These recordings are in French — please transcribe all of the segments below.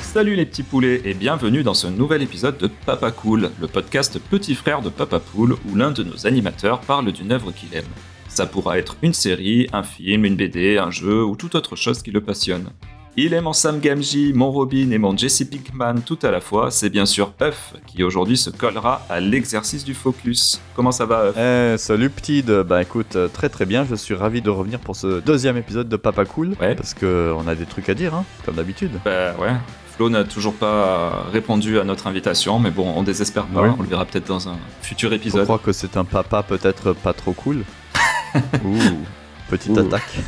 Salut les petits poulets et bienvenue dans ce nouvel épisode de Papa Cool, le podcast petit frère de Papa Poule où l'un de nos animateurs parle d'une œuvre qu'il aime. Ça pourra être une série, un film, une BD, un jeu ou toute autre chose qui le passionne. Il est mon Sam Gamji, mon Robin et mon Jesse Pinkman tout à la fois, c'est bien sûr Huff qui aujourd'hui se collera à l'exercice du focus. Comment ça va Huff Eh, salut Ptid, bah écoute, euh, très très bien, je suis ravi de revenir pour ce deuxième épisode de Papa Cool, Ouais. parce que on a des trucs à dire, hein, comme d'habitude. Bah ouais. Flo n'a toujours pas répondu à notre invitation, mais bon, on désespère pas, Oui. on le verra peut-être dans un futur Je épisode. crois que c'est un papa peut-être pas trop cool. Ouh, petite Ouh. attaque.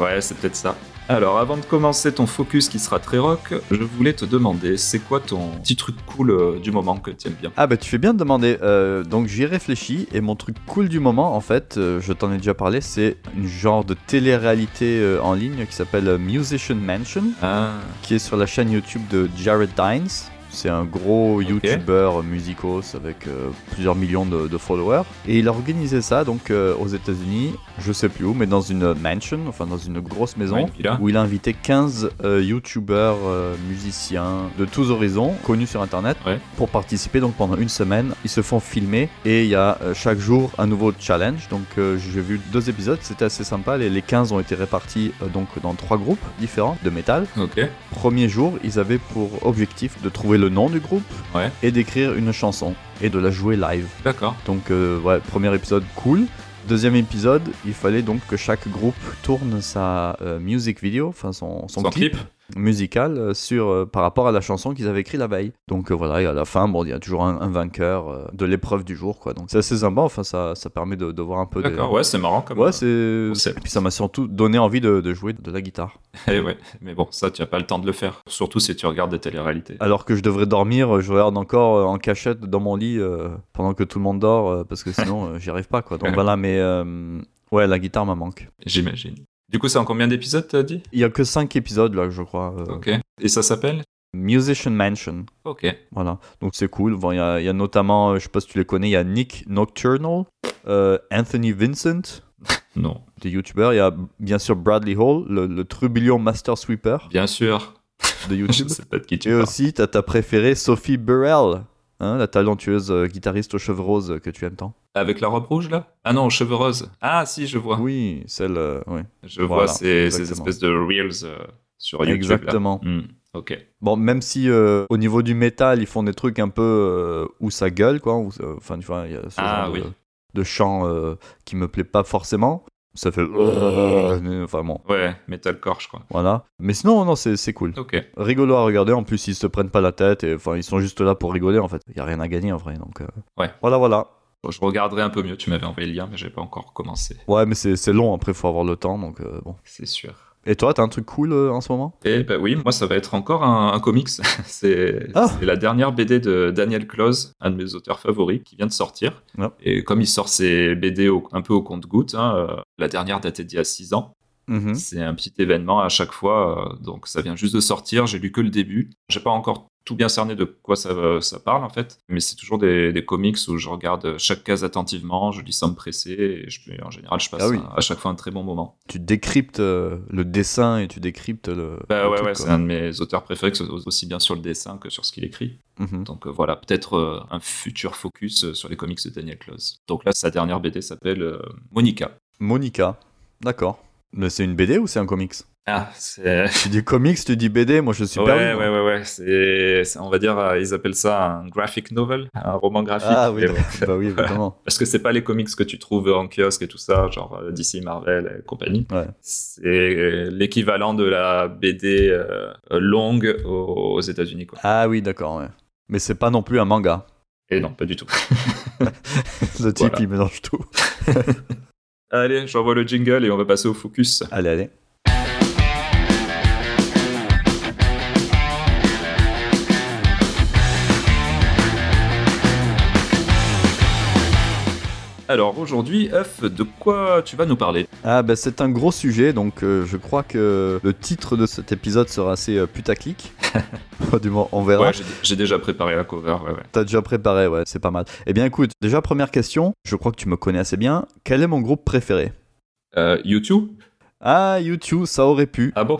Ouais, c'est peut-être ça. Alors, avant de commencer ton focus qui sera très rock, je voulais te demander, c'est quoi ton petit truc cool euh, du moment que tu aimes bien Ah bah tu fais bien de demander, euh, donc j'y ai réfléchi, et mon truc cool du moment en fait, euh, je t'en ai déjà parlé, c'est une genre de télé-réalité euh, en ligne qui s'appelle euh, Musician Mansion. Ah, qui est sur la chaîne YouTube de Jared Dines. C'est un gros youtubeur musicos avec euh, plusieurs millions de, de followers. Et il a organisé ça donc euh, aux États-Unis, je sais plus où, mais dans une mansion, enfin dans une grosse maison, ouais, puis là où il a invité 15 euh, youtubeurs euh, musiciens de tous horizons, connus sur internet, Ouais. pour participer. Donc pendant une semaine, ils se font filmer et il y a euh, chaque jour un nouveau challenge. Donc euh, j'ai vu deux épisodes, c'était assez sympa. Les, les 15 ont été répartis euh, donc dans trois groupes différents de métal. Ok. Premier jour, ils avaient pour objectif de trouver le nom du groupe Ouais. et d'écrire une chanson et de la jouer live. D'accord. Donc, euh, ouais, premier épisode cool. Deuxième épisode, il fallait donc que chaque groupe tourne sa euh, music video, enfin son, son Son clip, musical euh, sur, euh, par rapport à la chanson qu'ils avaient écrite la veille. Donc euh, voilà, et à la fin, bon, il y a toujours un, un vainqueur euh, de l'épreuve du jour, quoi. Donc c'est assez sympa, enfin ça, ça permet de, de voir un peu. des- D'accord, ouais, c'est marrant comme. Ouais, c'est. concept. Et puis ça m'a surtout donné envie de- de jouer de la guitare. Eh ouais, mais bon, ça, tu as pas le temps de le faire. Surtout si tu regardes des téléréalités. Alors que je devrais dormir, je regarde encore euh, en cachette dans mon lit euh, pendant que tout le monde dort, euh, parce que sinon euh, j'y arrive pas quoi. Donc voilà, mais euh, ouais, la guitare me manque. J'imagine. Du coup, c'est en combien d'épisodes, t'as dit Il y a que 5 épisodes là, je crois. euh, Ok. Et ça s'appelle Musician Mansion. Ok. Voilà, donc c'est cool. Bon, Il y, a- il y a notamment, euh, je sais pas si tu les connais, il y a Nick Nocturnal, euh, Anthony Vincent, Non. des youtubeurs. Il y a bien sûr Bradley Hall, le, le trublion Master Sweeper Bien sûr. de Je YouTube. sais pas de qui tu Et parles. aussi, t'as ta préférée, Sophie Burrell, hein, la talentueuse euh, guitariste aux cheveux roses euh, que tu aimes tant. Avec la robe rouge, là Ah non, aux cheveux roses. Ah si, je vois. Oui, celle. euh, oui. Je Voilà, vois ces, ces exactement. espèces de reels euh, sur YouTube. là. Exactement. Hmm, Ok. Bon, même si euh, au niveau du métal, ils font des trucs un peu euh, où ça gueule, quoi. où ça- Enfin, tu vois, il y a ce Ah, genre oui. de, de chant euh, qui me plaît pas forcément. Ça fait. euh, Enfin, bon, Ouais, metalcore, je crois. voilà. Mais sinon, non, c'est c'est cool. Ok. Rigolo à regarder. En plus, ils se prennent pas la tête. Et, enfin, ils sont juste là pour rigoler, en fait. Il y a rien à gagner, en vrai. Donc, euh, Ouais. Voilà, voilà. Bon, Je regarderai un peu mieux. Tu m'avais envoyé le lien, mais j'ai pas encore commencé. Ouais, mais c'est c'est long. Après, faut avoir le temps. Donc, euh, bon. C'est sûr. Et toi, t'as un truc cool euh, en ce moment Et bah oui, moi ça va être encore un, un comics. c'est Ah. c'est la dernière BD de Daniel Close, un de mes auteurs favoris, qui vient de sortir. Ouais. Et comme il sort ses BD au- un peu au compte-goutte, la dernière datait d'il y a 6 ans. Mhm. C'est un petit événement à chaque fois, euh, donc ça vient juste de sortir, j'ai lu que le début. J'ai pas encore tout bien cerné de quoi ça, euh, ça parle en fait, mais c'est toujours des, des comics où je regarde chaque case attentivement, je lis sans me presser, et je, en général je passe Ah oui. un- à chaque fois un très bon moment. Tu décryptes euh, le dessin et tu décryptes le. Bah le ouais, truc, ouais, quoi. c'est un de mes auteurs préférés, que ce soit aussi bien sur le dessin que sur ce qu'il écrit. Mhm. Donc euh, voilà, peut-être euh, un futur focus euh, sur les comics de Daniel Close. Donc là, sa dernière BD s'appelle euh, Monica. Monica. D'accord. Mais c'est une BD ou c'est un comics Ah, c'est... Tu dis comics, tu dis BD, moi je suis ouais, perdu. ouais, ouais, ouais. C'est, c'est- on va dire, euh, ils appellent ça un graphic novel, un roman graphique. Ah oui, Mais donc, bon, bah oui, évidemment. parce que c'est pas les comics que tu trouves en kiosque et tout ça, genre euh, DC, Marvel et compagnie. Ouais. C'est l'équivalent de la BD euh, longue aux, aux États-Unis, quoi. Ah oui, d'accord, ouais. Mais c'est pas non plus un manga. Et non, pas du tout. Le type, Voilà. il mélange tout. Allez, j'envoie le jingle et on va passer au focus. Allez, allez. Alors aujourd'hui, Euf, de quoi tu vas nous parler Ah bah c'est un gros sujet, donc euh, je crois que le titre de cet épisode sera assez euh, putaclic. du moins, on verra. Ouais, j'ai- j'ai déjà préparé la cover, ouais, ouais. T'as déjà préparé, ouais, c'est pas mal. Eh bien écoute, déjà première question, je crois que tu me connais assez bien. Quel est mon groupe préféré Euh, YouTube Ah, YouTube, ça aurait pu, Ah bon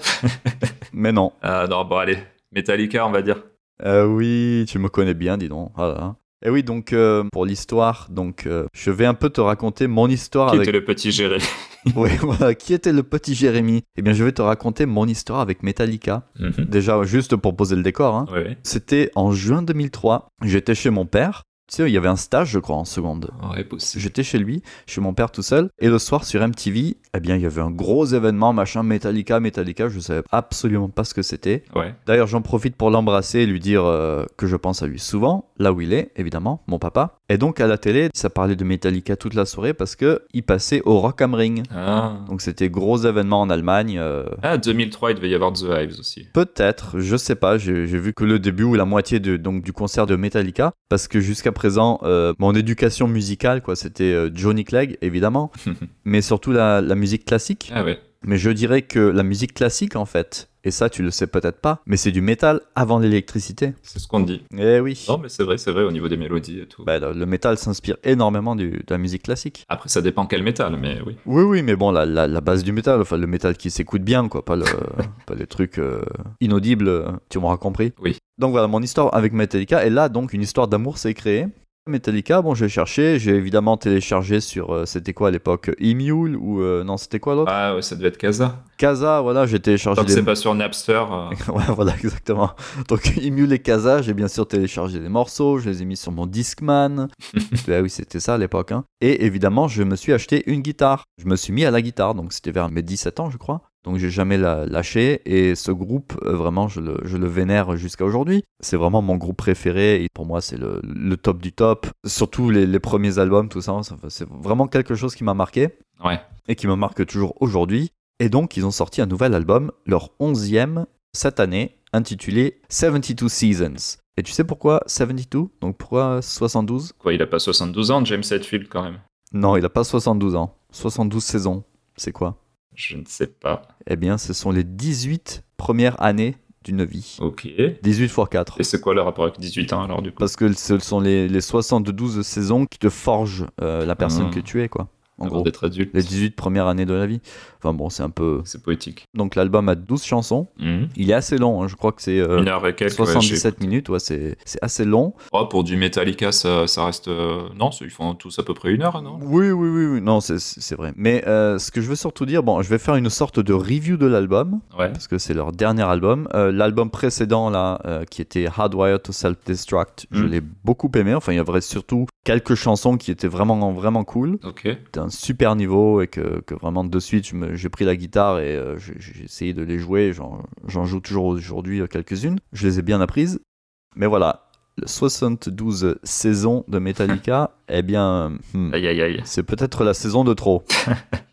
mais non. Ah non, bon allez, Metallica, on va dire. Euh, oui, tu me connais bien, dis donc. Ah là là. Et oui, donc euh, pour l'histoire, donc euh, je vais un peu te raconter mon histoire Qui Ah, avec. était le petit Jérémy Oui, voilà. Qui était le petit Jérémy Eh bien, je vais te raconter mon histoire avec Metallica. Mhm. Déjà, juste pour poser le décor. hein. Ouais, ouais. C'était en juin 2003. J'étais chez mon père. Tu sais, il y avait un stage, je crois, en seconde. Ouais, possible. J'étais chez lui, chez mon père tout seul, et le soir sur MTV, eh bien, il y avait un gros événement, machin, Metallica, Metallica, je savais absolument pas ce que c'était. Ouais. D'ailleurs, j'en profite pour l'embrasser et lui dire euh, que je pense à lui souvent, là où il est, évidemment, mon papa. Et donc, à la télé, ça parlait de Metallica toute la soirée parce que il passait au Rock am Ring. Ah. Donc, c'était gros événement en Allemagne. euh, Ah, 2003, il devait y avoir The Hives aussi. Peut-être, je sais pas, j'ai j'ai vu que le début ou la moitié de, donc, du concert de Metallica, parce que jusqu'à présent, euh, mon éducation musicale, quoi, c'était euh, Johnny Clegg, évidemment, mais surtout la, la musique classique. Ah ouais. Mais je dirais que la musique classique, en fait, et ça tu le sais peut-être pas, mais c'est du métal avant l'électricité. C'est ce qu'on dit. Eh oui. Non, mais c'est vrai, c'est vrai, au niveau des mélodies et tout. Bah, le, le métal s'inspire énormément du- de la musique classique. Après, ça dépend quel métal, mais oui. Oui, oui, mais bon, la, la, la base du métal, enfin le métal qui s'écoute bien, quoi, pas, le, pas les trucs euh, inaudibles, euh, tu m'auras compris. Oui. Donc voilà, mon histoire avec Metallica, et là, donc, une histoire d'amour s'est créée. Metallica, bon, j'ai cherché, j'ai évidemment téléchargé sur, euh, c'était quoi à l'époque, Emule, ou, euh, non, c'était quoi l'autre Ah ouais, ça devait être Kaza. Casa, voilà, j'ai téléchargé Tant que c'est des... pas sur Napster. euh, Ouais, voilà, exactement. Donc, Emule et Casa, j'ai bien sûr téléchargé des morceaux, je les ai mis sur mon Discman. ah oui, c'était ça à l'époque. hein. Et évidemment, je me suis acheté une guitare. Je me suis mis à la guitare, donc c'était vers mes 17 ans, je crois. Donc, j'ai jamais la- lâché. Et ce groupe, euh, vraiment, je le, je le vénère jusqu'à aujourd'hui. C'est vraiment mon groupe préféré. Et pour moi, c'est le, le top du top. Surtout les, les premiers albums, tout ça. Enfin, C'est vraiment quelque chose qui m'a marqué Ouais. et qui me marque toujours aujourd'hui. Et donc, ils ont sorti un nouvel album, leur onzième cette année, intitulé 72 Seasons. Et tu sais pourquoi 72 Donc pourquoi 72 Quoi, il a pas 72 ans, James Hetfield, quand même Non, il n'a pas 72 ans. 72 saisons, c'est quoi Je ne sais pas. Eh bien, ce sont les 18 premières années d'une vie. Ok. Et 18 x 4. c'est quoi le rapport avec 18 ans, alors, du coup Parce que ce sont les, les 72 saisons qui te forgent euh, la personne Ah. que tu es, quoi. En Avant gros, d'être adulte. les 18 premières années de la vie. Enfin bon, c'est un peu... C'est poétique. Donc l'album a 12 chansons. Mhm. Il est assez long, hein, je crois que c'est... euh, Une heure et quelques. ouais, j'ai- 77 minutes, ouais, c'est c'est assez long. Oh, pour du Metallica, ça, ça reste. euh, Non, c'est- ils font tous à peu près une heure, non Oui, oui, oui, oui. non, c'est- c'est c'est vrai. Mais euh, ce que je veux surtout dire, bon, je vais faire une sorte de review de l'album, Ouais. parce que c'est leur dernier album. Euh, l'album précédent, là, euh, qui était Hardwired to Self-Destruct, je Mm. l'ai beaucoup aimé. Enfin, il y avait surtout quelques chansons qui étaient vraiment, vraiment cool, Ok. d'un super niveau, et que, que vraiment de suite, je me- j'ai pris la guitare et euh, j'ai j'ai essayé de les jouer. J'en j'en joue toujours aujourd'hui euh, quelques-unes. Je les ai bien apprises. Mais voilà, le 72 saison de Metallica, eh bien, hmm, Aïe, aïe, aïe. c'est peut-être la saison de trop.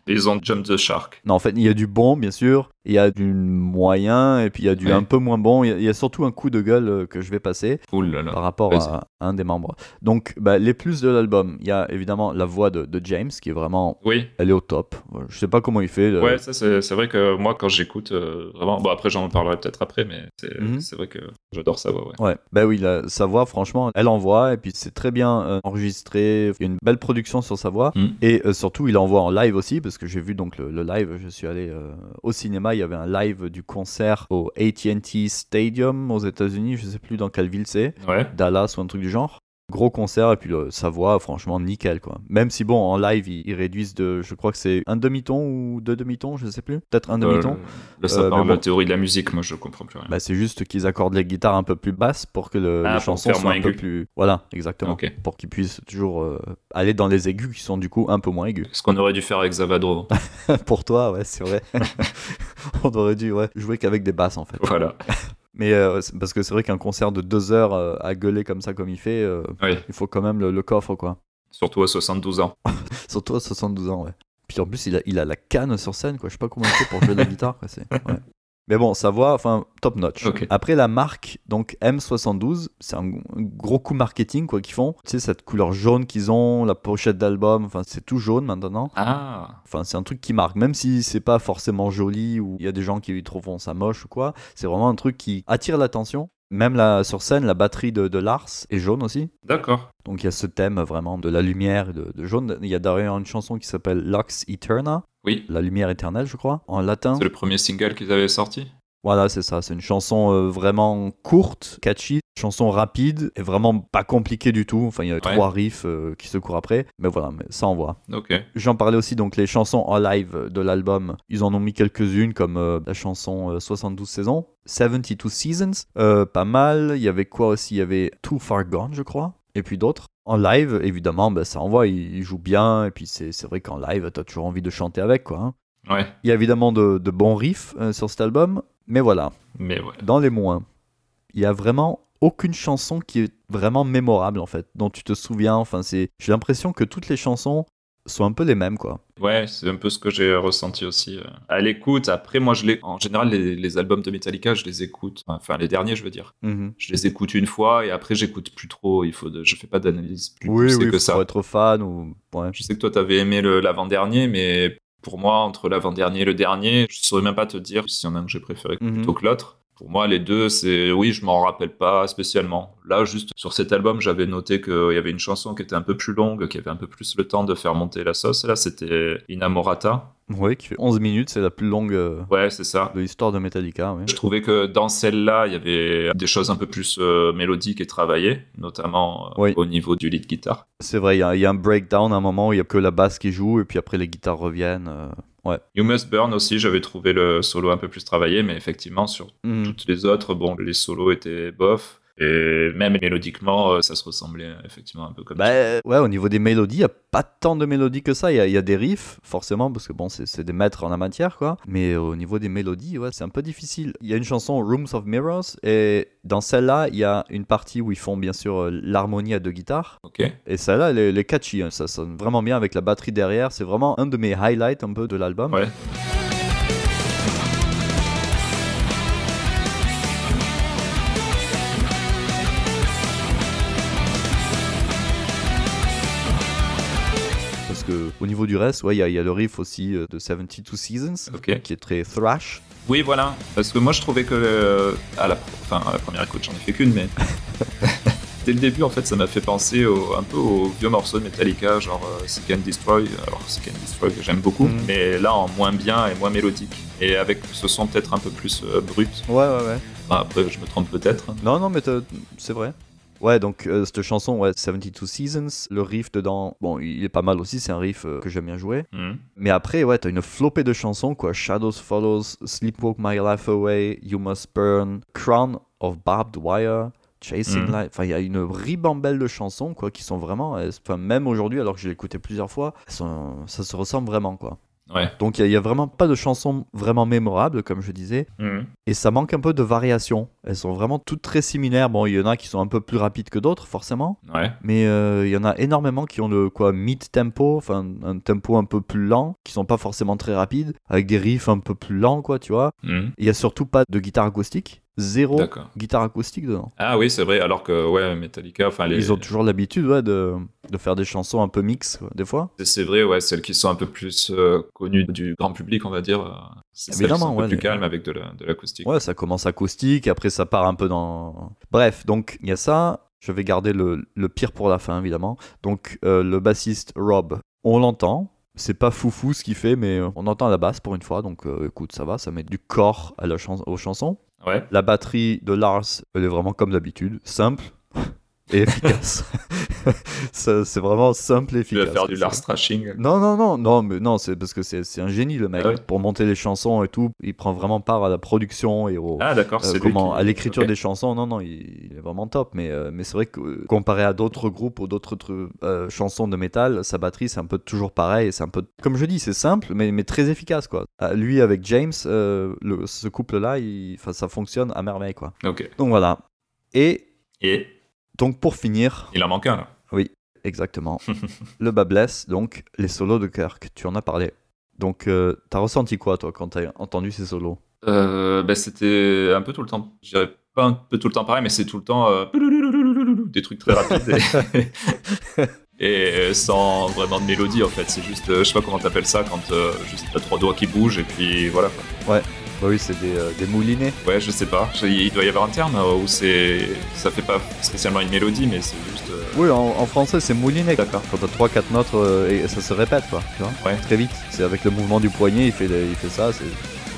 Ils ont Jump the Shark. Non, en fait, il y a du bon, bien sûr, il y a du moyen, et puis il y a du Ouais. un peu moins bon. Il y a- il y, a surtout un coup de gueule euh, que je vais passer Ouh là là. par rapport Ah, Vas-y. à un des membres. Donc, bah, les plus de l'album, il y a évidemment la voix de, de James, qui est vraiment, Oui. elle est au top. Euh, Je sais pas comment il fait. le- Ouais, ça c'est c'est vrai que moi quand j'écoute euh, vraiment. Bon après j'en parlerai peut-être après, mais c'est Mhm. c'est vrai que j'adore sa voix. Ouais. Ouais, bah oui, la- sa voix, franchement, elle envoie, et puis c'est très bien euh, enregistré, il y a une belle production sur sa voix, Mm. et euh, surtout, il envoie en live aussi, parce que j'ai vu donc le, le live, je suis allé euh, au cinéma, il y avait un live du concert au ATT Stadium aux États-Unis, je sais plus dans quelle ville c'est, Ouais. Dallas ou un truc du genre. Gros concert, et puis euh, sa voix, franchement, nickel, quoi. Même si, bon, en live, ils, ils réduisent de, je crois que c'est un demi-ton ou deux demi-tons, je sais plus, peut-être un Euh, demi-ton. Là ça Euh, parle mais de la bon. théorie de la musique, moi je comprends plus rien. Bah, c'est juste qu'ils accordent les guitares un peu plus basses pour que le, Ah, les pour chansons faire soient moins un peu aigu. plus. Voilà, exactement. Ok. Pour qu'ils puissent toujours euh, aller dans les aigus qui sont du coup un peu moins aigus. Ce qu'on aurait dû faire avec Zavadro. pour toi, ouais, c'est vrai. On aurait dû ouais, jouer qu'avec des basses en fait. voilà. Mais euh, c'est- parce que c'est vrai qu'un concert de deux heures euh, à gueuler comme ça, comme il fait, euh, Oui. il faut quand même le, le coffre quoi. Surtout à 72 ans. Surtout à 72 ans, ouais. Puis en plus, il a, il a la canne sur scène, quoi. Je sais pas comment il fait pour jouer de la guitare, quoi. C'est, ouais. Mais bon, sa voix, enfin, top notch. Ok. Après, la marque, donc M72, c'est un, un gros coup marketing, quoi, qu'ils font. Tu sais, cette couleur jaune qu'ils ont, la pochette d'album, enfin, c'est tout jaune maintenant. Ah. Enfin, c'est un truc qui marque, même si c'est pas forcément joli ou il y a des gens qui trouveront ça moche ou quoi. C'est vraiment un truc qui attire l'attention. Même la, sur scène, la batterie de, de Lars est jaune aussi. D'accord. Donc il y a ce thème vraiment de la lumière, et de, de jaune. Il y a d'ailleurs une chanson qui s'appelle Lux Eterna, Oui. la lumière éternelle, je crois, en latin. C'est le premier single qu'ils avaient sorti. Voilà, c'est ça. C'est une chanson euh, vraiment courte, catchy, chanson rapide et vraiment pas compliquée du tout. Enfin, il y a trois riffs euh, qui se courent après, mais voilà, mais ça envoie. Ok. J'en parlais aussi, donc les chansons en live de l'album, ils en ont mis quelques-unes comme euh, la chanson euh, 72 saisons, 72 Seasons, euh, pas mal. Il y avait quoi aussi Il y avait Too Far Gone, je crois, et puis d'autres. En live, évidemment, ben, ça envoie, ils, ils jouent bien, et puis c'est c'est vrai qu'en live, t'as toujours envie de chanter avec, quoi. hein. Ouais. Il y a évidemment de, de bons riffs euh, sur cet album, mais voilà, Mais ouais. dans les moins, il y a vraiment aucune chanson qui est vraiment mémorable en fait, dont tu te souviens. Enfin, c'est, j'ai l'impression que toutes les chansons sont un peu les mêmes quoi. Ouais, c'est un peu ce que j'ai ressenti aussi. euh, À l'écoute, après, moi, je les... en général, les, les albums de Metallica, je les écoute. Enfin, les derniers, je veux dire. Je les écoute une fois et après, j'écoute plus trop. Il faut de- Je fais pas d'analyse plus Oui, poussée oui, que faut ça. être fan ou ouais. Je sais que toi, t'avais aimé le- l'avant-dernier, mais pour moi, entre l'avant-dernier et le dernier, je saurais même pas te dire s'il y en a un que j'ai préféré Mhm. plutôt que l'autre. Pour moi, les deux, c'est oui, je m'en rappelle pas spécialement. Là, juste sur cet album, j'avais noté qu'il y avait une chanson qui était un peu plus longue, qui avait un peu plus le temps de faire monter la sauce. Là, c'était Inamorata. Ouais, qui fait 11 minutes, c'est la plus longue euh, Ouais, c'est ça. de l'histoire de Metallica. ouais. Je trouvais que dans celle-là, il y avait des choses un peu plus euh, mélodiques et travaillées, notamment euh, Oui. au niveau du lead guitare. C'est vrai, il y, a- il y a un breakdown à un moment où il y a que la basse qui joue et puis après les guitares reviennent. euh. You Must Burn aussi, j'avais trouvé le solo un peu plus travaillé, mais effectivement, sur Mhm. Toutes les autres, bon, les solos étaient bof. Et même mélodiquement, euh, ça se ressemblait euh, effectivement un peu comme ça. Bah, ouais, au niveau des mélodies, il n'y a pas tant de mélodies que ça. Il y, a- il y a des riffs, forcément, parce que bon, c'est c'est des maîtres en la matière, quoi. Mais euh, au niveau des mélodies, ouais, c'est un peu difficile. Il y a une chanson, Rooms of Mirrors, et dans celle-là, il y a une partie où ils font bien sûr euh, l'harmonie à deux guitares. Ok. Et celle-là, elle, est- elle est catchy, hein. ça sonne vraiment bien avec la batterie derrière. C'est vraiment un de mes highlights un peu de l'album. Ouais. Parce que au niveau du reste, ouais, il y, a- il y a le riff aussi euh, de 72 Seasons, Ok. qui est très thrash. Oui, voilà. Parce que moi, je trouvais que. euh, à, la, enfin, à la première écoute, j'en ai fait qu'une, mais. Dès le début, en fait, ça m'a fait penser au- un peu aux vieux morceaux de Metallica, genre euh, Seek and Destroy. Alors, Seek and Destroy, que j'aime beaucoup, Mhm. mais là, en moins bien et moins mélodique. Et avec ce son peut-être un peu plus euh, brut. Ouais, ouais, ouais. Enfin, après, je me trompe peut-être. Non, non, mais t'as- c'est vrai. Ouais, donc euh, cette chanson, ouais, 72 Seasons, le riff dedans, bon, il est pas mal aussi, c'est un riff euh, que j'aime bien jouer. Mhm. Mais après, ouais, t'as une flopée de chansons, quoi. Shadows Follows, Sleepwalk My Life Away, You Must Burn, Crown of Barbed Wire, Chasing Mhm. Life. Enfin, il y a une ribambelle de chansons, quoi, qui sont vraiment. elles- Enfin, même aujourd'hui, alors que je l'ai écouté plusieurs fois, elles sont- ça se ressemble vraiment, quoi. Ouais. Donc, il y a- il y, a vraiment pas de chansons vraiment mémorables, comme je disais. Mhm. Et ça manque un peu de variation. Elles sont vraiment toutes très similaires. Bon, il y en a qui sont un peu plus rapides que d'autres, forcément. Ouais. Mais euh, il y en a énormément qui ont le quoi mid tempo, enfin un tempo un peu plus lent, qui sont pas forcément très rapides, avec des riffs un peu plus lents, quoi, tu vois. Mhm. Il y a surtout pas de guitare acoustique, zéro D'accord. guitare acoustique dedans. Ah oui, c'est vrai, alors que ouais, Metallica, enfin les... Ils ont toujours l'habitude, ouais, de, de faire des chansons un peu mix, quoi, des fois. c'est- c'est vrai, ouais, celles qui sont un peu plus euh, connues du grand public, on va dire. euh, C'est celles qui Évidemment, sont un peu ouais, plus les- calmes avec de la- de l'acoustique. Ouais, ça commence acoustique, après ça part un peu dans. Bref, donc il y a ça. Je vais garder le, le pire pour la fin, évidemment. Donc euh, le bassiste Rob, on l'entend. C'est pas foufou ce qu'il fait, mais euh, on entend la basse pour une fois. Donc euh, écoute, ça va, ça met du corps à la chans- aux chansons. ouais. La batterie de Lars, elle est vraiment comme d'habitude, simple et efficace. Ça, c'est vraiment simple et Tu efficace. vas faire du Lars Trashing. Non, non, non, non, mais non, c'est parce que c'est c'est un génie le mec. Ah ouais Pour monter les chansons et tout, il prend vraiment part à la production et au, Ah d'accord, euh, c'est lui comment, qui- à l'écriture ok. des chansons, non, non, il, il est vraiment top. Mais, euh, mais c'est vrai que euh, comparé à d'autres groupes ou d'autres tru- euh, chansons de métal, sa batterie, c'est un peu toujours pareil. et C'est un peu, comme je dis, c'est simple, mais, mais très efficace, quoi. Euh, lui, avec James, euh, le- ce couple-là, il- enfin, ça fonctionne à merveille, quoi. Ok. Donc voilà. Et Et donc, pour finir, il en manque un. là. exactement, le bas blesse, donc les solos de Kirk. Tu en as parlé. Donc, euh, t'as ressenti quoi, toi, quand t'as entendu ces solos Euh, bah, c'était un peu tout le temps. Je dirais pas un peu tout le temps pareil, mais c'est tout le temps euh, des trucs très Bah rapides et, et sans vraiment de mélodie en fait. C'est juste, euh, je sais pas comment t'appelles ça quand euh, juste t'as trois doigts qui bougent et puis voilà. quoi. Bah oui, c'est des, euh, des moulinets. Ouais, je sais pas. Je- Il doit y avoir un terme euh, où c'est, ça fait pas spécialement une mélodie, mais c'est juste. euh, Oui, en, en français, c'est moulinet. D'accord. Quand t'as 3-4 notes, euh, et ça se répète, quoi. Tu vois Ouais. Très vite. C'est avec le mouvement du poignet, il fait, il fait ça. C'est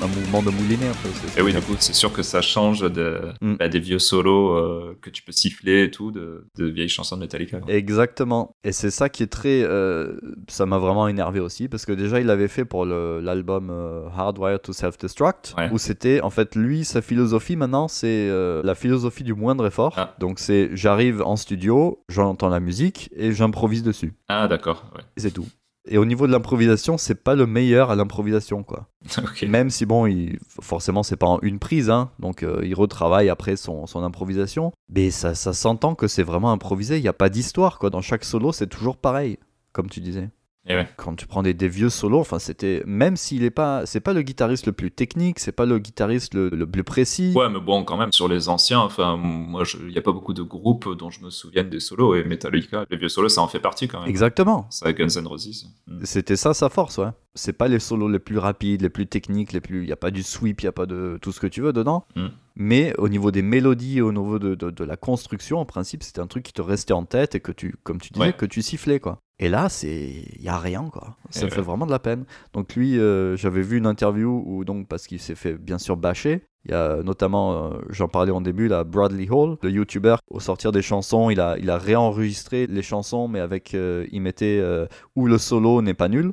un mouvement de moulinet un peu. Et Eh oui, du coup, c'est sûr que ça change de, mm. bah, des vieux solos euh, que tu peux siffler et tout, de, de vieilles chansons de Metallica. Quoi. Exactement. Et c'est ça qui est très. euh, ça m'a vraiment énervé aussi, parce que déjà, il l'avait fait pour le- l'album euh, Hardwire to Self-Destruct, Ouais. où c'était, en fait, lui, sa philosophie maintenant, c'est euh, la philosophie du moindre effort. Ah. Donc, c'est j'arrive en studio, j'entends la musique et j'improvise dessus. Ah, d'accord. Ouais. Et c'est tout. Et au niveau de l'improvisation, c'est pas le meilleur à l'improvisation, quoi. ok. Même si, bon, il, forcément, c'est pas en une prise, hein, donc euh, il retravaille après son, son improvisation. Mais ça, ça s'entend que c'est vraiment improvisé, il n'y a pas d'histoire, quoi. Dans chaque solo, c'est toujours pareil, comme tu disais. Eh ouais. Quand tu prends des, des vieux solos, enfin, c'était. Même s'il est pas. C'est pas le guitariste le plus technique, c'est pas le guitariste le, le plus précis. Ouais, mais bon, quand même, sur les anciens, enfin, moi, il n'y a pas beaucoup de groupes dont je me souviens des solos, et Metallica, les vieux solos, ça en fait partie quand même. Exactement. Ça, Guns N' Roses. Mm. C'était ça sa force, ouais. C'est pas les solos les plus rapides, les plus techniques, les plus. Il a pas du sweep, il a pas de tout ce que tu veux dedans. Mm. Mais au niveau des mélodies, au niveau de, de- de la construction, en principe, c'était un truc qui te restait en tête et que tu, comme tu disais, Ouais. que tu sifflais, quoi. Et là, c'est. Il y a rien, quoi. Ça Eh fait ouais. vraiment de la peine. Donc lui, euh, j'avais vu une interview où, donc, parce qu'il s'est fait bien sûr bâcher, il y a euh, notamment, euh, j'en parlais en début, là, Bradley Hall, le YouTuber, au sortir des chansons, il a, il a réenregistré les chansons, mais avec, euh, il mettait euh, où le solo n'est pas nul.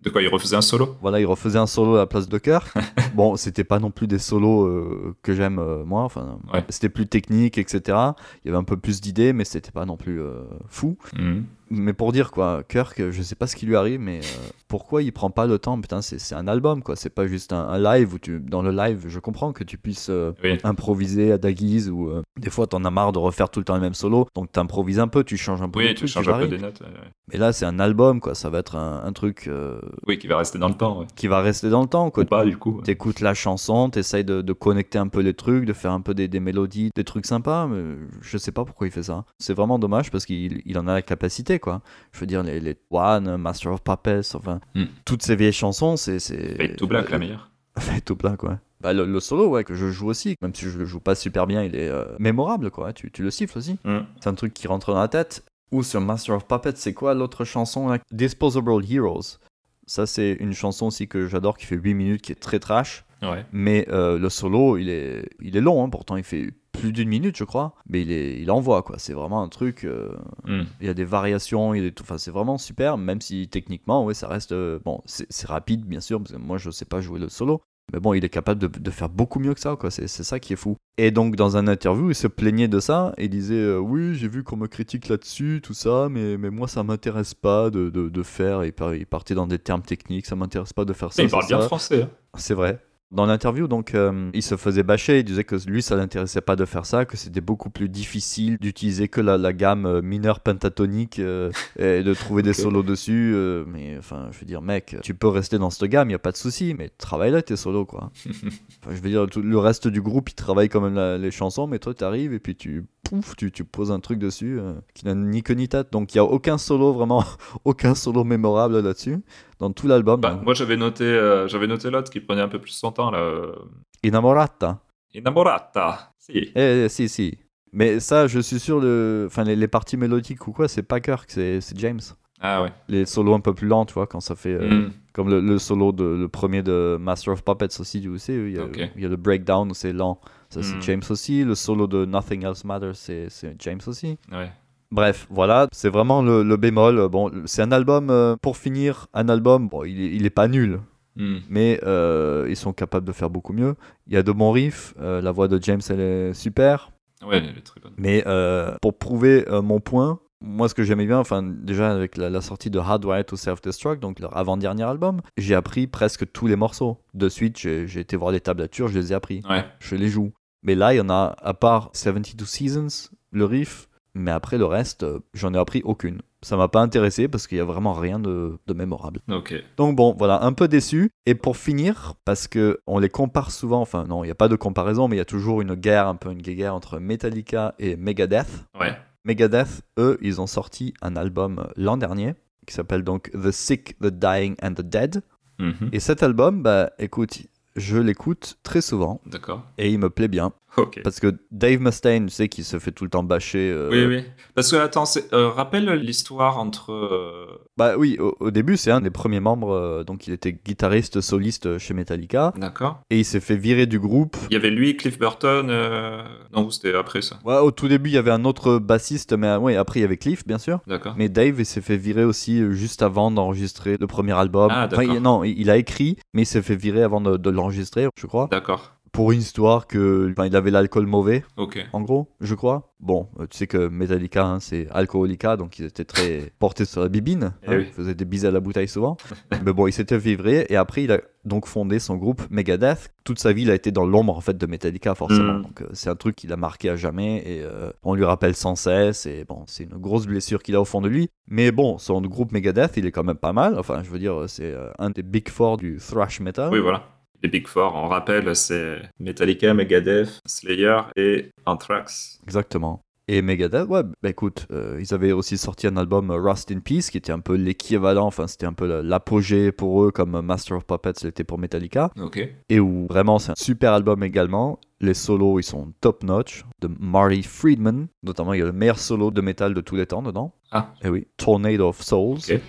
De quoi, ils refaisaient un solo Voilà, il refaisait un solo à la place de cœur. bon, c'était pas non plus des solos euh, que j'aime euh, moi. Enfin, Ouais. c'était plus technique, etc. Il y avait un peu plus d'idées, mais c'était pas non plus euh, fou. Mm. Mais pour dire quoi, Kirk, je sais pas ce qui lui arrive, mais euh, pourquoi il prend pas le temps Putain, c'est c'est un album quoi, c'est pas juste un, un live où tu, dans le live, je comprends que tu puisses euh, Oui. improviser à ta guise ou euh, des fois t'en as marre de refaire tout le temps le même solo, donc t'improvises un peu, tu changes un peu. Oui, les tu trucs, changes un peu varies. des notes. ouais, ouais. Mais là, c'est un album quoi, ça va être un, un truc euh, Oui, qui va rester dans le temps, ouais. qui va rester dans le temps quoi. Ou pas, du coup. ouais. T'écoutes la chanson, t'essayes de, de connecter un peu les trucs, de faire un peu des, des mélodies, des trucs sympas, mais je sais pas pourquoi il fait ça. C'est vraiment dommage parce qu'il il en a la capacité, quoi. Je veux dire, les, les One, Master of Puppets, enfin, Hmm. toutes ces vieilles chansons, c'est. c'est- Fade to Black, la Euh, meilleure. Fade to Black, ouais. Bah, le, le solo, ouais, que je joue aussi, même si je le joue pas super bien, il est euh, mémorable, quoi. Tu, tu le siffles aussi. Mm. C'est un truc qui rentre dans la tête. Ou sur Master of Puppets, c'est quoi l'autre chanson là Disposable Heroes. Ça, c'est une chanson aussi que j'adore qui fait 8 minutes, qui est très trash. Ouais. Mais euh, le solo, il est, il est long, hein, pourtant il fait plus d'une minute, je crois. Mais il, est, il envoie, quoi. C'est vraiment un truc. euh, Mm. il y a des variations, il y a des tout. Enfin, c'est vraiment super, même si techniquement, ouais, ça reste. euh, bon, c'est c'est rapide, bien sûr, parce que moi, je sais pas jouer le solo. Mais bon, il est capable de, de faire beaucoup mieux que ça, quoi. C'est c'est ça qui est fou. Et donc, dans un interview, il se plaignait de ça. et Il disait euh, Oui, j'ai vu qu'on me critique là-dessus, tout ça, mais, mais moi, ça m'intéresse pas de, de, de faire. Il par- il partait dans des termes techniques, ça m'intéresse pas de faire ça. Il ça, parle bien ça. français. hein. C'est vrai. Dans l'interview, donc, euh, il se faisait bâcher. Il disait que lui, ça l'intéressait pas de faire ça, que c'était beaucoup plus difficile d'utiliser que la, la gamme euh, mineure pentatonique euh, et de trouver des Ok. solos dessus. euh, mais enfin, je veux dire, mec, tu peux rester dans cette gamme, y a pas de souci, mais travaille là tes solos, quoi. Enfin, je veux dire, tout- le reste du groupe, il travaille quand même la- les chansons, mais toi, t'arrives et puis tu, pouf, tu, tu poses un truc dessus euh, qui n'a ni queue ni tête. Donc, il y a aucun solo vraiment, aucun solo mémorable là-dessus dans tout l'album. Bah, Donc, moi, j'avais noté, euh, j'avais noté l'autre qui prenait un peu plus son temps, là. euh, Innamorata. Innamorata. Si. Eh, eh, si, si. Mais ça, je suis sûr, le... enfin, les, les parties mélodiques ou quoi, c'est pas Kirk, c'est c'est James. Ah ouais. Les solos un peu plus lents, tu vois, quand ça fait. euh, Mm. Comme le, le solo, de, le premier de Master of Puppets aussi, où c'est, il y, a, Ok. il y a le breakdown où c'est lent. Ça, c'est Mm. James aussi. Le solo de Nothing Else Matters, c'est c'est James aussi. Ah Ouais. Bref, voilà, c'est vraiment le, le bémol. Bon, c'est un album, euh, pour finir, un album, bon, il, est- il est pas nul, Mm. mais euh, ils sont capables de faire beaucoup mieux. Il y a de bons riffs, euh, la voix de James, elle est super. Ah Ouais, elle est très bonne. Mais euh, pour prouver euh, mon point, moi ce que j'aimais bien, enfin déjà avec la, la sortie de Hardwire to Self-Destruct, donc leur avant-dernier album, j'ai appris presque tous les morceaux. De suite, j'ai j'ai été voir les tablatures, je les ai appris, Ouais. je les joue. Mais là, il y en a, à part 72 Seasons, le riff, mais après le reste, euh, j'en ai appris aucune. Ça m'a pas intéressé parce qu'il y a vraiment rien de- de mémorable. Ok. Donc bon, voilà, un peu déçu. Et pour finir, parce que on les compare souvent, enfin non, il n'y a pas de comparaison, mais il y a toujours une guerre, un peu une guerre entre Metallica et Megadeth. Ouais. Megadeth, eux, ils ont sorti un album euh, l'an dernier qui s'appelle donc The Sick, The Dying and The Dead. Mhm. Et cet album, bah écoute, je l'écoute très souvent D'accord. et il me plaît bien. Ok. Parce que Dave Mustaine, tu sais, qui se fait tout le temps bâcher. euh, Oui, oui. Parce que, attends, c'est- euh, rappelle l'histoire entre. euh, Bah oui, au, au début, c'est un des premiers membres. euh, donc, il était guitariste soliste chez Metallica. D'accord. Et il s'est fait virer du groupe. Il y avait lui, Cliff Burton. euh, Non, c'était après ça. Ouais, au tout début, il y avait un autre bassiste, mais euh, ouais, après, il y avait Cliff, bien sûr. D'accord. Mais Dave, il s'est fait virer aussi euh, juste avant d'enregistrer le premier album. Ah, Enfin, il- d'accord. non, il il a écrit, mais il s'est fait virer avant de, de l'enregistrer, je crois. D'accord. Pour une histoire que. Enfin, il avait l'alcool mauvais, Ok. en gros, je crois. Bon, euh, tu sais que Metallica, hein, c'est Alcoholica, donc ils étaient très portés sur la bibine. hein, Eh oui. Ils faisaient des bises à la bouteille souvent. Mais bon, il s'était fait virer, et après, il a donc fondé son groupe Megadeth. Toute sa vie, il a été dans l'ombre, en fait, de Metallica, forcément. Mm. Donc, euh, c'est un truc qu'il a marqué à jamais, et euh, on lui rappelle sans cesse, et bon, c'est une grosse blessure qu'il a au fond de lui. Mais bon, son groupe Megadeth, il est quand même pas mal. Enfin, je veux dire, euh, c'est euh, un des big four du thrash metal. Oui, voilà. Les Big Four, on rappelle, c'est Metallica, Megadeth, Slayer et Anthrax. Exactement. Et Megadeth, ouais, bah écoute, euh, ils avaient aussi sorti un album euh, Rust in Peace qui était un peu l'équivalent, enfin c'était un peu la- l'apogée pour eux comme euh, Master of Puppets l'était pour Metallica, Ok. et où vraiment c'est un super album également. Les solos ils sont top notch de Marty Friedman, notamment il y a le meilleur solo de métal de tous les temps dedans. Ah. Et oui, Tornado of Souls. Ok.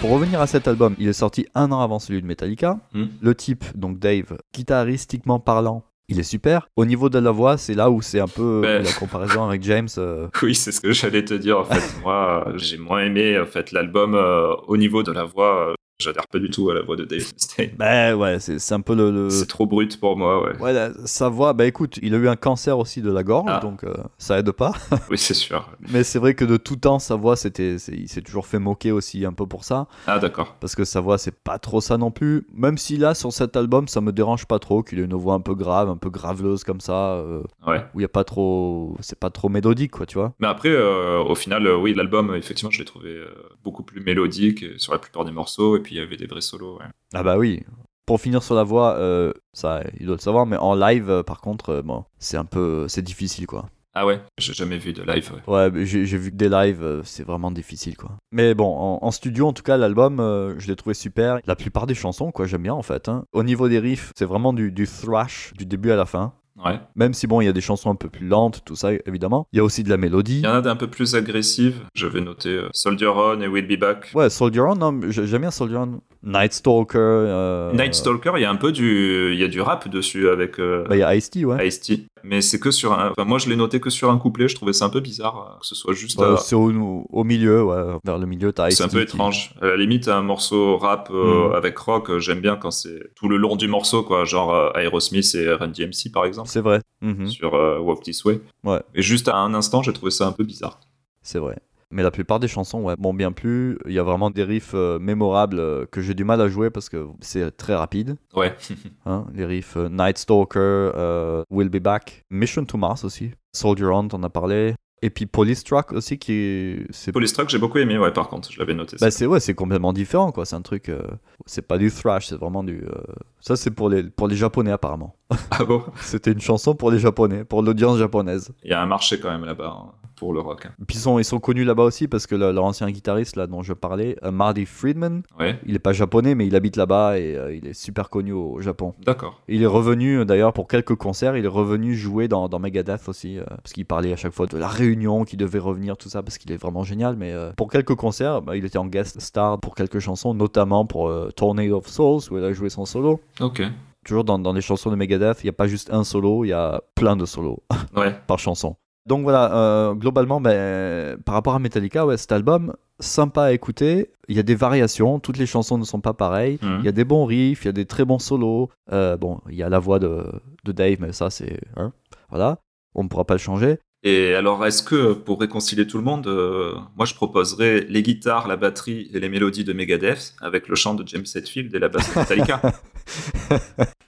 Pour revenir à cet album, il est sorti un an avant celui de Metallica. Hmm. Le type, donc Dave, guitaristiquement parlant, il est super. Au niveau de la voix, c'est là où c'est un peu Ben. la comparaison avec James. euh, Oui, c'est ce que j'allais te dire en fait. Moi, euh, j'ai moins aimé en fait l'album euh, au niveau de la voix. euh, J'adhère pas du tout à la voix de Dave Mustaine. Ben ouais, c'est c'est un peu le. le- C'est trop brut pour moi, ouais. Ouais, la- sa voix, bah écoute, il a eu un cancer aussi de la gorge, Ah. donc euh, ça aide pas. Oui, c'est sûr. Mais c'est vrai que de tout temps, sa voix, c'était, c'est- il s'est toujours fait moquer aussi un peu pour ça. Ah, d'accord. parce que sa voix c'est pas trop ça non plus. Même si là sur cet album ça me dérange pas trop qu'il ait une voix un peu grave, un peu graveleuse comme ça, euh, Ouais. où il y a pas trop, c'est pas trop mélodique quoi, tu vois. Mais après, euh, au final, euh, oui, l'album, euh, effectivement, je l'ai trouvé euh, beaucoup plus mélodique euh, sur la plupart des morceaux. Et puis, il y avait des vrais solos, ouais. Ah bah oui. Pour finir sur la voix, euh, ça il doit le savoir, mais en live euh, par contre, euh, bon, c'est un peu, c'est difficile quoi. Ah ouais, j'ai jamais vu de live, ouais. Ouais, mais j'ai j'ai vu que des lives, euh, c'est vraiment difficile quoi. Mais bon, en, en studio en tout cas, l'album, euh, je l'ai trouvé super. La plupart des chansons quoi, j'aime bien en fait. hein. Au niveau des riffs, c'est vraiment du, du thrash du début à la fin. Ouais. Même si bon, il y a des chansons un peu plus lentes, tout ça, évidemment. Il y a aussi de la mélodie. Il y en a d'un peu plus agressives. Je vais noter euh, Soldier On et We'll Be Back. Ouais, Soldier On, non, mais j'ai- j'aime bien Soldier On. Night Stalker. euh, Night Stalker, il y a un peu du, il y a du rap dessus avec euh, Bah, il y a Ice-T, ouais. Ice-T. Mais c'est que sur un. Enfin, moi, je l'ai noté que sur un couplet. Je trouvais ça un peu bizarre euh, que ce soit juste. à- Euh, c'est au, au milieu, ouais. Vers le milieu, t'as Ice-T. C'est un peu qui- étrange. À la limite, un morceau rap euh, Mm. avec rock, euh, j'aime bien quand c'est tout le long du morceau, quoi. Genre euh, Aerosmith et Run DMC, par exemple, C'est vrai. Mhm, sur euh, Walk This Way. Ouais. Et juste à un instant, j'ai trouvé ça un peu bizarre. C'est vrai. Mais la plupart des chansons, ouais, m'ont bien plu. Il y a vraiment des riffs euh, mémorables euh, que j'ai du mal à jouer parce que c'est très rapide. Ouais. hein. Les riffs euh, Night Stalker, euh, We'll Be Back, Mission to Mars aussi. Soldier On, t'en as parlé. Et puis Police Truck aussi, qui est. c'est Polystruck, j'ai beaucoup aimé, ouais, par contre, je l'avais noté. ça. Bah c'est ouais, c'est complètement différent quoi. C'est un truc, euh, c'est pas du thrash, c'est vraiment du. euh, Ça c'est pour les pour les japonais apparemment. Ah bon C'était une chanson pour les japonais, pour l'audience japonaise. Il y a un marché quand même là-bas hein, pour le rock. hein. Puis ils sont ils sont connus là-bas aussi parce que le- leur ancien guitariste là dont je parlais, euh, Marty Friedman, Ouais, il est pas japonais mais il habite là-bas et euh, il est super connu au, au Japon. d'accord. Il est revenu euh, d'ailleurs pour quelques concerts, il est revenu jouer dans, dans Megadeth aussi, euh, parce qu'il parlait à chaque fois de la réunion, qu'il devait revenir, tout ça, parce qu'il est vraiment génial. Mais euh, pour quelques concerts, bah, il était en guest star pour quelques chansons, notamment pour euh, Tornado of Souls, où il a joué son solo. Ok. Toujours dans, dans les chansons de Megadeth, il n'y a pas juste un solo, il y a plein de solos Ouais, par chanson. Donc voilà, euh, globalement, ben, par rapport à Metallica, ouais, cet album, sympa à écouter, il y a des variations, toutes les chansons ne sont pas pareilles. Mhm. Il y a des bons riffs, il y a des très bons solos. Euh, bon, il y a la voix de, de Dave, mais ça, c'est. hein, voilà. On ne pourra pas le changer. Et alors, est-ce que pour réconcilier tout le monde, euh, moi je proposerais les guitares, la batterie et les mélodies de Megadeth avec le chant de James Hetfield et la basse de Metallica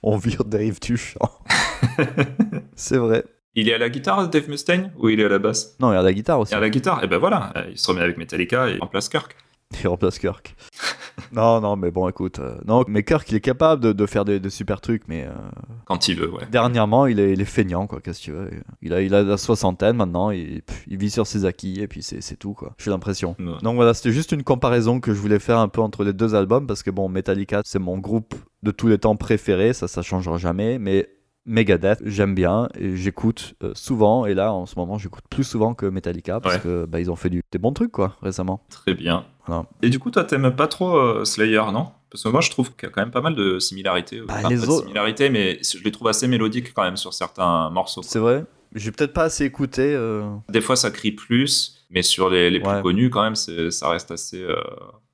On vire Dave du chant. c'est vrai. Il est à la guitare, Dave Mustaine Ou il est à la basse Non, il y a la guitare aussi. eh Il est à la guitare, et ben voilà, euh, il se remet avec Metallica et il remplace Kirk. Il remplace Kirk. Non, non, mais bon, écoute. euh, non, mais Kirk, il est capable de, de faire des, des super trucs, mais euh, Quand il veut, ouais. dernièrement, il est, il est feignant, quoi. Qu'est-ce que tu veux il a, il a la soixantaine maintenant, il, pff, il vit sur ses acquis, et puis c'est c'est tout, quoi. J'ai l'impression. Ouais. Donc voilà, c'était juste une comparaison que je voulais faire un peu entre les deux albums, parce que bon, Metallica, c'est mon groupe de tous les temps préféré, ça, ça changera jamais, mais Megadeth, j'aime bien, et j'écoute euh, souvent, et là, en ce moment, j'écoute plus souvent que Metallica, parce Ouais. que bah, ils ont fait du, des bons trucs, quoi, récemment. Très bien. Voilà. Et du coup, toi, t'aimes pas trop euh, Slayer, non Parce que moi, je trouve qu'il y a quand même pas mal de similarités. Bah, Enfin, les pas de autres- similarités, mais je les trouve assez mélodiques quand même sur certains morceaux. C'est vrai J'ai peut-être pas assez écouté. euh, Des fois, ça crie plus, mais sur les, les Ouais. plus connus, quand même, c'est- ça reste assez. euh,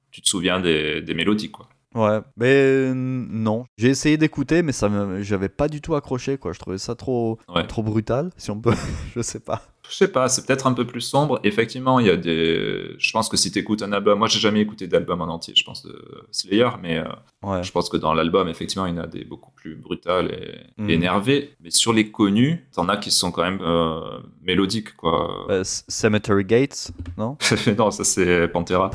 Tu te souviens des, des mélodies, quoi. Ouais, mais euh, non. J'ai essayé d'écouter, mais ça, me- j'avais pas du tout accroché, quoi. Je trouvais ça trop, Ouais. trop brutal, si on peut. je sais pas. Je sais pas, c'est peut-être un peu plus sombre. Effectivement, il y a des. Je pense que si t'écoutes un album, moi j'ai jamais écouté d'album en entier, je pense, de Slayer, mais euh, Ouais. je pense que dans l'album, effectivement, il y en a des beaucoup plus brutales et, Mm. et énervées. Mais sur les connus, t'en as qui sont quand même euh, mélodiques, quoi. Euh, C- Cemetery Gates, non non, ça c'est Pantera.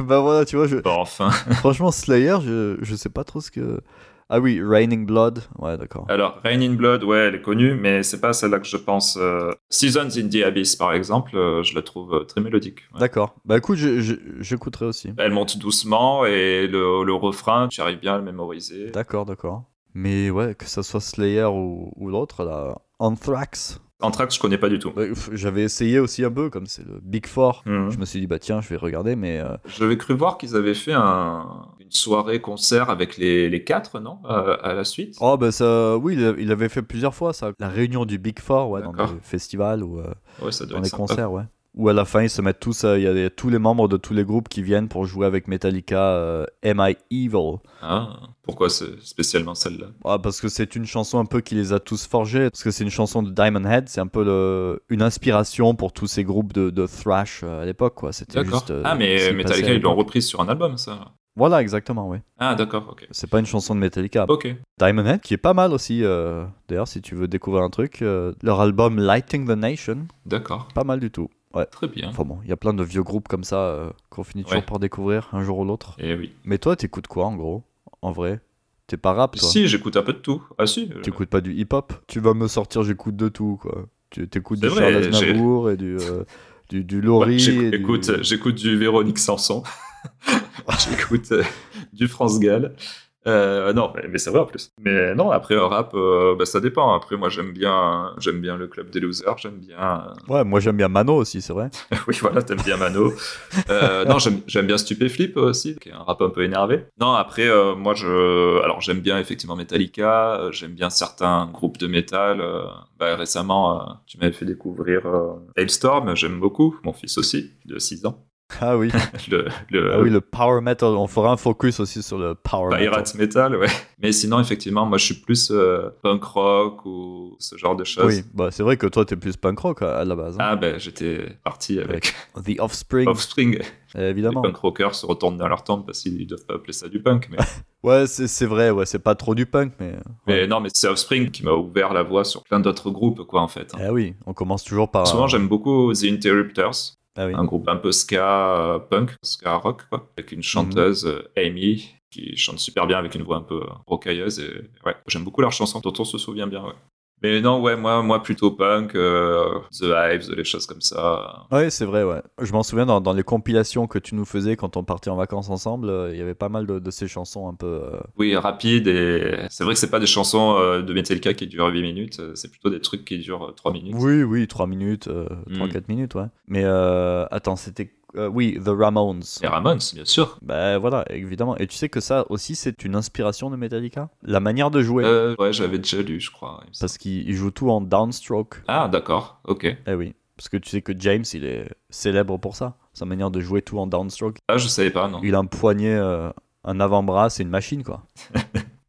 Bah voilà, tu vois, je... Bon, enfin. franchement, Slayer, je... je sais pas trop ce que. Ah oui, Raining Blood, ouais, d'accord. Alors, Rain in Blood, ouais, elle est connue, mais c'est pas celle-là que je pense. euh, Seasons in the Abyss, par exemple, euh, je la trouve euh, très mélodique. ouais. D'accord. Bah écoute, je- je- j'écouterai aussi. Elle monte doucement et le, le refrain, j'arrive bien à le mémoriser. D'accord, d'accord. Mais ouais, que ça soit Slayer ou, ou l'autre, là, Anthrax. Anthrax, je connais pas du tout. Ouais, pff, J'avais essayé aussi un peu, comme c'est le Big Four. Mhm. Je me suis dit, bah tiens, je vais regarder, mais euh, J'avais cru voir qu'ils avaient fait un- une soirée concert avec les, les quatre, non Euh, À la suite Oh bah ça, oui, il il avait fait plusieurs fois ça. La réunion du Big Four, ouais, dans D'accord. des festivals ou euh, Ouais, ça doit être dans des sympa. concerts, ouais. Où à la fin ils se mettent tous, euh, il y a des- tous les membres de tous les groupes qui viennent pour jouer avec Metallica, euh, Am I Evil Ah, pourquoi c'est spécialement celle-là Ah, Parce que c'est une chanson un peu qui les a tous forgés, parce que c'est une chanson de Diamond Head, c'est un peu le- une inspiration pour tous ces groupes de, de thrash euh, à l'époque, quoi. C'était D'accord. juste. euh, ah, ce mais qui passait Metallica, à ils l'ont l'époque. reprise sur un album, ça Voilà, exactement, oui. Ah, d'accord, ok. C'est pas une chanson de Metallica. Ok. Diamond Head, qui est pas mal aussi. euh, D'ailleurs, si tu veux découvrir un truc, euh, leur album Lighting the Nation, D'accord, Pas mal du tout. Ouais. très bien. Enfin bon, il y a plein de vieux groupes comme ça euh, qu'on finit toujours Ouais. par découvrir un jour ou l'autre. Et Eh oui. Mais toi, t'écoutes quoi en gros En vrai T'es pas rap toi Si, j'écoute un peu de tout. Ah, si. euh, T'écoutes pas du hip-hop Tu vas me sortir, j'écoute de tout quoi. Tu t'écoutes C'est du vrai, Charles Aznavour et du, euh, du, du Laurie. ouais, j'éc- et du- Bah, écoute, euh, J'écoute du Véronique Sanson. j'écoute euh, du France Gall. Euh, non, mais, mais ça va en plus. Mais non, après euh, rap, euh, bah, ça dépend. Après, moi, j'aime bien, j'aime bien le club des losers. J'aime bien. euh, Ouais, moi j'aime bien Mano aussi, c'est vrai. Oui, voilà, t'aimes bien Mano. Euh, non, j'aime j'aime bien Stupéflip aussi, qui est un rap un peu énervé. Non, après, euh, moi, je, alors j'aime bien effectivement Metallica, euh, j'aime bien certains groupes de métal. euh, bah, récemment, euh, tu m'avais fait découvrir euh, Hailstorm, j'aime beaucoup, mon fils aussi, de 6 ans. Ah oui. Le, le, ah oui, le power metal. On fera un focus aussi sur le power metal. Pirate Metal, ouais. Mais sinon, effectivement, moi, je suis plus euh, punk rock ou ce genre de choses. Oui, bah, c'est vrai que toi t'es plus punk rock à à la base. hein. Ah, ben, j'étais parti avec The Offspring, euh, Offspring. évidemment. Les punk rockers se retournent dans leur tombe parce qu'ils doivent pas appeler ça du punk, mais. Ouais, c'est c'est vrai, ouais, c'est pas trop du punk, mais. Mais non, mais c'est Offspring qui m'a ouvert la voie sur plein d'autres groupes, quoi, en fait. hein. Ah oui, on commence toujours par. Souvent, j'aime beaucoup The Interrupters, Ah oui. un groupe un peu ska euh, punk, ska rock, quoi, avec Mhm. une chanteuse, euh, Amy, qui chante super bien avec une voix un peu euh, rocailleuse. Et, ouais, j'aime beaucoup leurs chansons, dont on se souvient bien, ouais. Mais non, ouais, moi, moi plutôt punk, euh, The Hives, les choses comme ça. Ouais, c'est vrai, ouais. Je m'en souviens dans, dans les compilations que tu nous faisais quand on partait en vacances ensemble, euh, il y avait pas mal de, de ces chansons un peu. euh, Oui, rapide, et c'est vrai que c'est pas des chansons euh, de Metallica qui durent 8 minutes, euh, c'est plutôt des trucs qui durent 3 minutes. Oui, oui, 3 minutes, Mm. 3-4 minutes, ouais. Mais euh, attends, c'était. euh, oui, The Ramones. Et Ramones, bien sûr. Bah voilà, évidemment. Et tu sais que ça aussi, c'est une inspiration de Metallica La manière de jouer. Euh, ouais, j'avais déjà lu, je crois. il me semble. Parce qu'ils ils jouent tout en downstroke. Ah, d'accord, ok. Eh oui. Parce que tu sais que James, il est célèbre pour ça. Sa manière de jouer tout en downstroke. Ah, je savais pas, non. Il a un poignet, euh, un avant-bras, c'est une machine, quoi.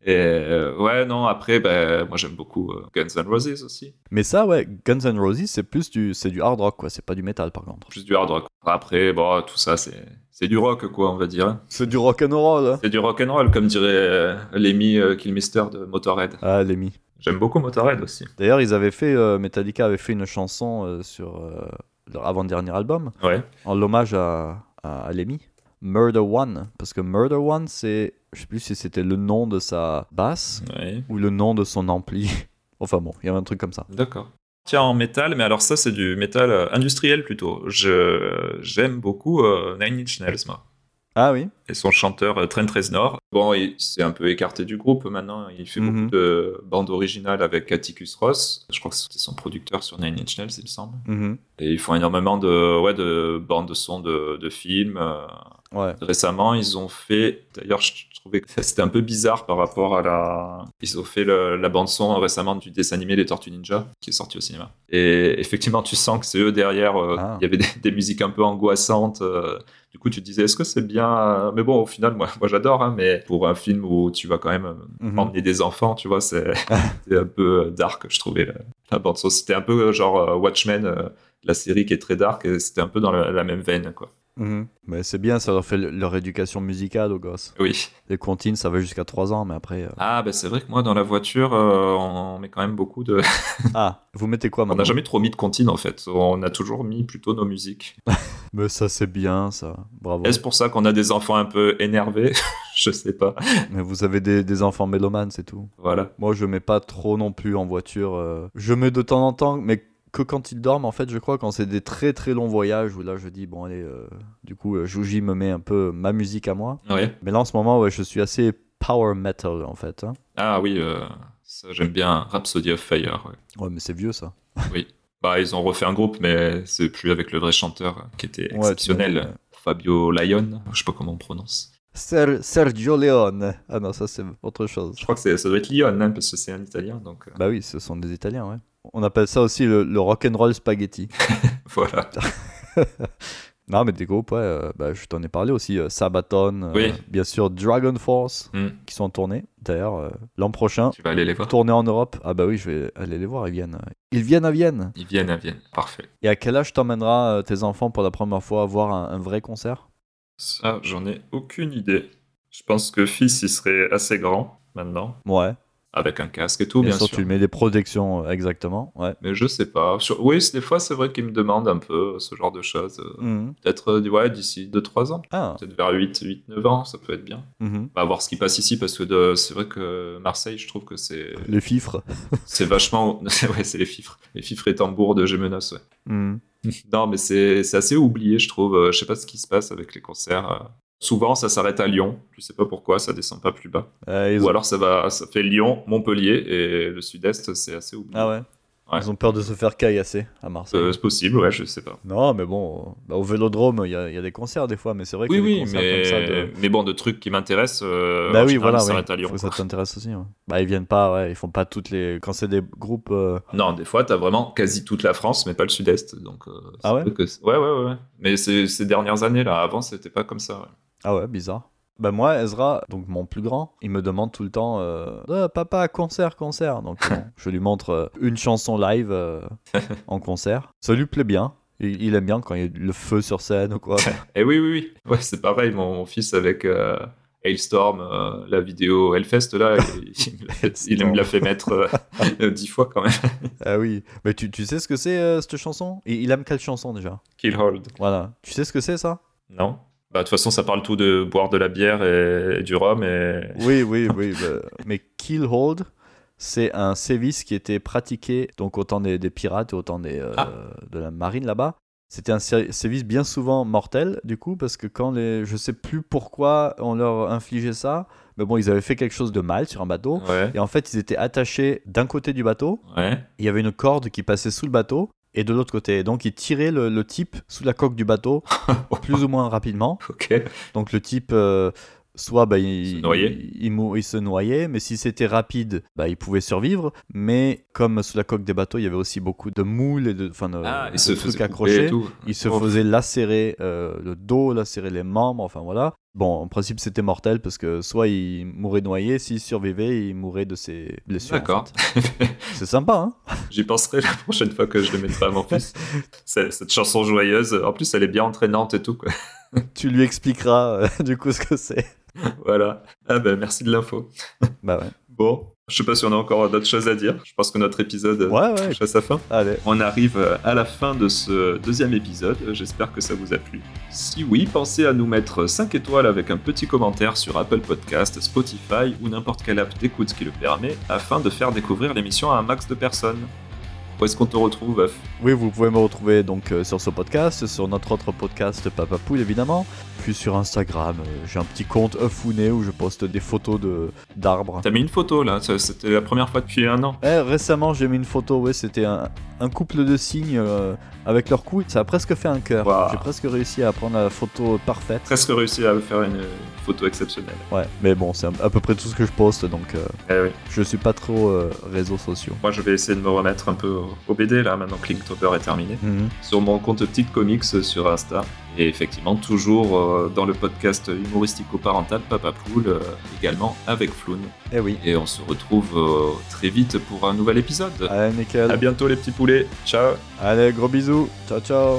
Et euh, ouais, non, après, ben, moi j'aime beaucoup euh, Guns N' Roses aussi. Mais ça, ouais, Guns N' Roses, c'est plus du, c'est du hard rock, quoi. C'est pas du métal, par contre. Plus du hard rock. Après, bon, tout ça, c'est, c'est du rock, quoi, on va dire. C'est du rock and roll. hein. C'est du rock and roll, comme dirait euh, Lemmy euh, Kilmister de Motorhead. Ah, Lemmy. J'aime beaucoup Motorhead aussi. D'ailleurs, ils avaient fait, euh, Metallica avait fait une chanson euh, sur euh, leur avant-dernier album, Ouais. en l'hommage à, à, à Lemmy. Murder One. Parce que Murder One, c'est. Je sais plus si c'était le nom de sa basse Ouais. ou le nom de son ampli. enfin bon, il y avait un truc comme ça. D'accord. Tiens, en métal, mais alors ça, c'est du métal euh, industriel plutôt. Je, j'aime beaucoup euh, Nine Inch Nails, moi. Ah oui Et son chanteur euh, Trent Reznor. Bon, il s'est un peu écarté du groupe maintenant. Il fait Mhm. beaucoup de bandes originales avec Atticus Ross. Je crois que c'était son producteur sur Nine Inch Nails, il me semble. Mhm. Et ils font énormément de, ouais, de bandes de son de, de films. euh, Ouais. Récemment, ils ont fait. D'ailleurs, je trouvais que c'était un peu bizarre par rapport à la. Ils ont fait le- la bande-son récemment du dessin animé Les Tortues Ninja, qui est sorti au cinéma. Et effectivement, tu sens que c'est eux derrière. euh, Il Ah. y avait des, des musiques un peu angoissantes. euh, du coup, tu te disais, est-ce que c'est bien. euh, Mais bon, au final, moi, moi j'adore, hein, mais pour un film où tu vas quand même euh, Mhm. emmener des enfants, tu vois, c'est c'est un peu euh, dark, je trouvais, la, la bande-son. C'était un peu euh, genre euh, Watchmen, euh, la série qui est très dark, et c'était un peu dans la, la même veine, quoi. Mhm. Mais c'est bien, ça leur fait le- leur éducation musicale aux gosses. Oui. Les comptines, ça va jusqu'à 3 ans, mais après. euh, Ah, bah c'est vrai que moi, dans la voiture, euh, on met quand même beaucoup de. Ah, vous mettez quoi On maintenant n'a jamais trop mis de comptine en fait. On a toujours mis plutôt nos musiques. Mais ça, c'est bien, ça. Bravo. Est-ce pour ça qu'on a des enfants un peu énervés Je sais pas. Mais vous avez des, des enfants mélomanes, c'est tout. Voilà. Moi, je mets pas trop non plus en voiture. euh. Je mets de temps en temps, mais que quand ils dorment, en fait, je crois, quand c'est des très très longs voyages, où là, je dis, bon, allez, euh, du coup, euh, Jouji me met un peu ma musique à moi. Ouais. Mais là, en ce moment, ouais, je suis assez power metal, en fait. hein. Ah oui, euh, ça j'aime bien Rhapsody of Fire. ouais. Ouais, mais c'est vieux, ça. Bah, ils ont refait un groupe, mais c'est plus avec le vrai chanteur euh, qui était Ouais, exceptionnel. t'imagines, ouais. Fabio Lion, je sais pas comment on prononce. Ser- Sergio Leone. Ah non, ça, c'est autre chose. Je crois que c'est- ça doit être Lion, hein, parce que c'est un italien, donc euh, Bah oui, ce sont des Italiens, ouais. On appelle ça aussi le, le rock'n'roll spaghetti. voilà. non, mais des groupes, ouais, euh, bah, je t'en ai parlé aussi. euh, Sabaton, euh, Oui. bien sûr, Dragon Force, Hmm. qui sont en tournée. D'ailleurs, euh, l'an prochain, Tu vas aller les voir. tournée en Europe. Ah bah oui, je vais aller les voir, ils viennent. euh. Ils viennent à Vienne. Ils viennent à Vienne. Parfait. Et à quel âge t'emmèneras euh, tes enfants pour la première fois voir un, un vrai concert Ça, j'en ai aucune idée. Je pense que fils, il serait assez grand maintenant, Ouais, avec un casque et tout, bien, bien, sûr, sûr. tu mets des protections, euh, exactement. Ouais. Mais je sais pas. Sur- Oui, c'est- des fois, c'est vrai qu'il me demande un peu euh, ce genre de choses. euh, Mhm. Peut-être euh, ouais, d'ici 2-3 ans. Ah, Peut-être vers 8-9 ans, ça peut être bien. mhm. On va voir ce qui passe ici, parce que de- c'est vrai que Marseille, je trouve que c'est les fifres. c'est vachement... ouais, c'est les fifres. Les fifres et tambours de Gémenos, ouais. Mhm. Non, mais c'est c'est assez oublié, je trouve. Euh, Je sais pas ce qui se passe avec les concerts. euh. Souvent, ça s'arrête à Lyon. Je sais pas pourquoi, ça descend pas plus bas. Euh, ils Ou ont- alors ça va, ça fait Lyon, Montpellier et le Sud-Est, c'est assez oublié. Ah ouais. Ouais. Ils ont peur de se faire caillasser à Marseille. Euh, c'est possible, ouais, je sais pas. Non, mais bon, bah, au vélodrome, il y, a il y a des concerts des fois, mais c'est vrai que Oui, des oui, concerts mais... comme ça. De... mais bon, de trucs qui m'intéressent, euh, bah en oui, général, voilà, ça ouais. va être à Lyon. Faut que ça t'intéresse aussi. ouais. Bah, ils viennent pas, ouais, ils font pas toutes les. Quand c'est des groupes. euh, Non, des fois, t'as vraiment quasi toute la France, mais pas le Sud-Est. Donc, euh, Ah c'est ouais vrai que c'est- ouais, ouais, ouais. Mais ces, ces dernières années, là, avant, c'était pas comme ça. ouais. Ah ouais, bizarre. Bah, moi, Ezra, donc mon plus grand, il me demande tout le temps euh, Ah, Papa, concert, concert. Donc, bon, je lui montre euh, une chanson live euh, en concert. Ça lui plaît bien. Il, il aime bien quand il y a le feu sur scène ou quoi. Et Eh oui, oui, oui. Ouais, c'est pareil, mon, mon fils avec euh, Hailstorm, euh, la vidéo Hellfest, là, il, il me l'a fait- il me l'a fait mettre euh, dix fois quand même. ah oui. Mais tu, tu sais ce que c'est, euh, cette chanson il, il aime quelle chanson déjà Killhold. Voilà. Tu sais ce que c'est, ça Non. Bah, de toute façon, ça parle tout de boire de la bière et, et du rhum et. Oui, oui, oui. bah, mais kill hold, c'est un sévice qui était pratiqué donc au temps des, des pirates et au temps des, euh, Ah. de la marine là-bas. C'était un sé- sévice bien souvent mortel, du coup, parce que quand les. Je sais plus pourquoi on leur infligeait ça, mais bon, ils avaient fait quelque chose de mal sur un bateau. Ouais. Et en fait, ils étaient attachés d'un côté du bateau, Ouais. il y avait une corde qui passait sous le bateau et de l'autre côté. Et donc, ils tiraient le, le type sous la coque du bateau, plus ou moins rapidement. Ok. Donc le type, euh, soit bah, il, Se noyait. il, il mou- il se noyait, mais si c'était rapide, bah, il pouvait survivre. Mais comme sous la coque des bateaux, il y avait aussi beaucoup de moules et de, enfin, de, Ah, de il se trucs faisait couper accrochés. et tout. Il se Oh. faisait lacérer euh, le dos, lacérer les membres, enfin voilà. Bon, en principe, c'était mortel parce que soit il mourait noyé, s'il survivait, il mourait de ses blessures. en D'accord. fait. C'est sympa, hein J'y penserai la prochaine fois que je le mettrai à mon fils. C'est- Cette chanson joyeuse. En plus, elle est bien entraînante et tout. Quoi. Tu lui expliqueras euh, du coup ce que c'est. Voilà. Ah ben, merci bah, de l'info. Bah ouais. Bon. Je sais pas si on a encore d'autres choses à dire. Je pense que notre épisode euh, Ouais, ouais. touche à sa fin. Allez. On arrive euh, à la fin de ce deuxième épisode. J'espère que ça vous a plu. Si oui, pensez à nous mettre 5 étoiles avec un petit commentaire sur Apple Podcast, Spotify ou n'importe quelle app d'écoute qui le permet afin de faire découvrir l'émission à un max de personnes. Où est-ce qu'on te retrouve, Af Oui, vous pouvez me retrouver donc euh, sur ce podcast, sur notre autre podcast Papa Poule évidemment, puis sur Instagram. euh, J'ai un petit compte Eufouné où je poste des photos de d'arbres. T'as mis une photo là, Ça, c'était la première fois depuis un an. Eh, récemment, j'ai mis une photo, ouais, c'était un, un couple de cygnes euh, avec leur cou, ça a presque fait un cœur. Waouh. J'ai presque réussi à prendre la photo parfaite. Presque réussi à faire une photo exceptionnelle. Ouais, mais bon, c'est à peu près tout ce que je poste, donc euh, Eh oui. je suis pas trop euh, réseaux sociaux. Moi, je vais essayer de me remettre un peu au- au BD là, maintenant que Linktober est terminé. Mhm. sur mon compte Petite Comics sur Insta. Et effectivement, toujours euh, dans le podcast humoristico-parental Papa Poule, euh, également avec Floun. Eh oui. Et on se retrouve euh, très vite pour un nouvel épisode. Allez, nickel. À bientôt les petits poulets. Ciao Allez, gros bisous. Ciao, ciao.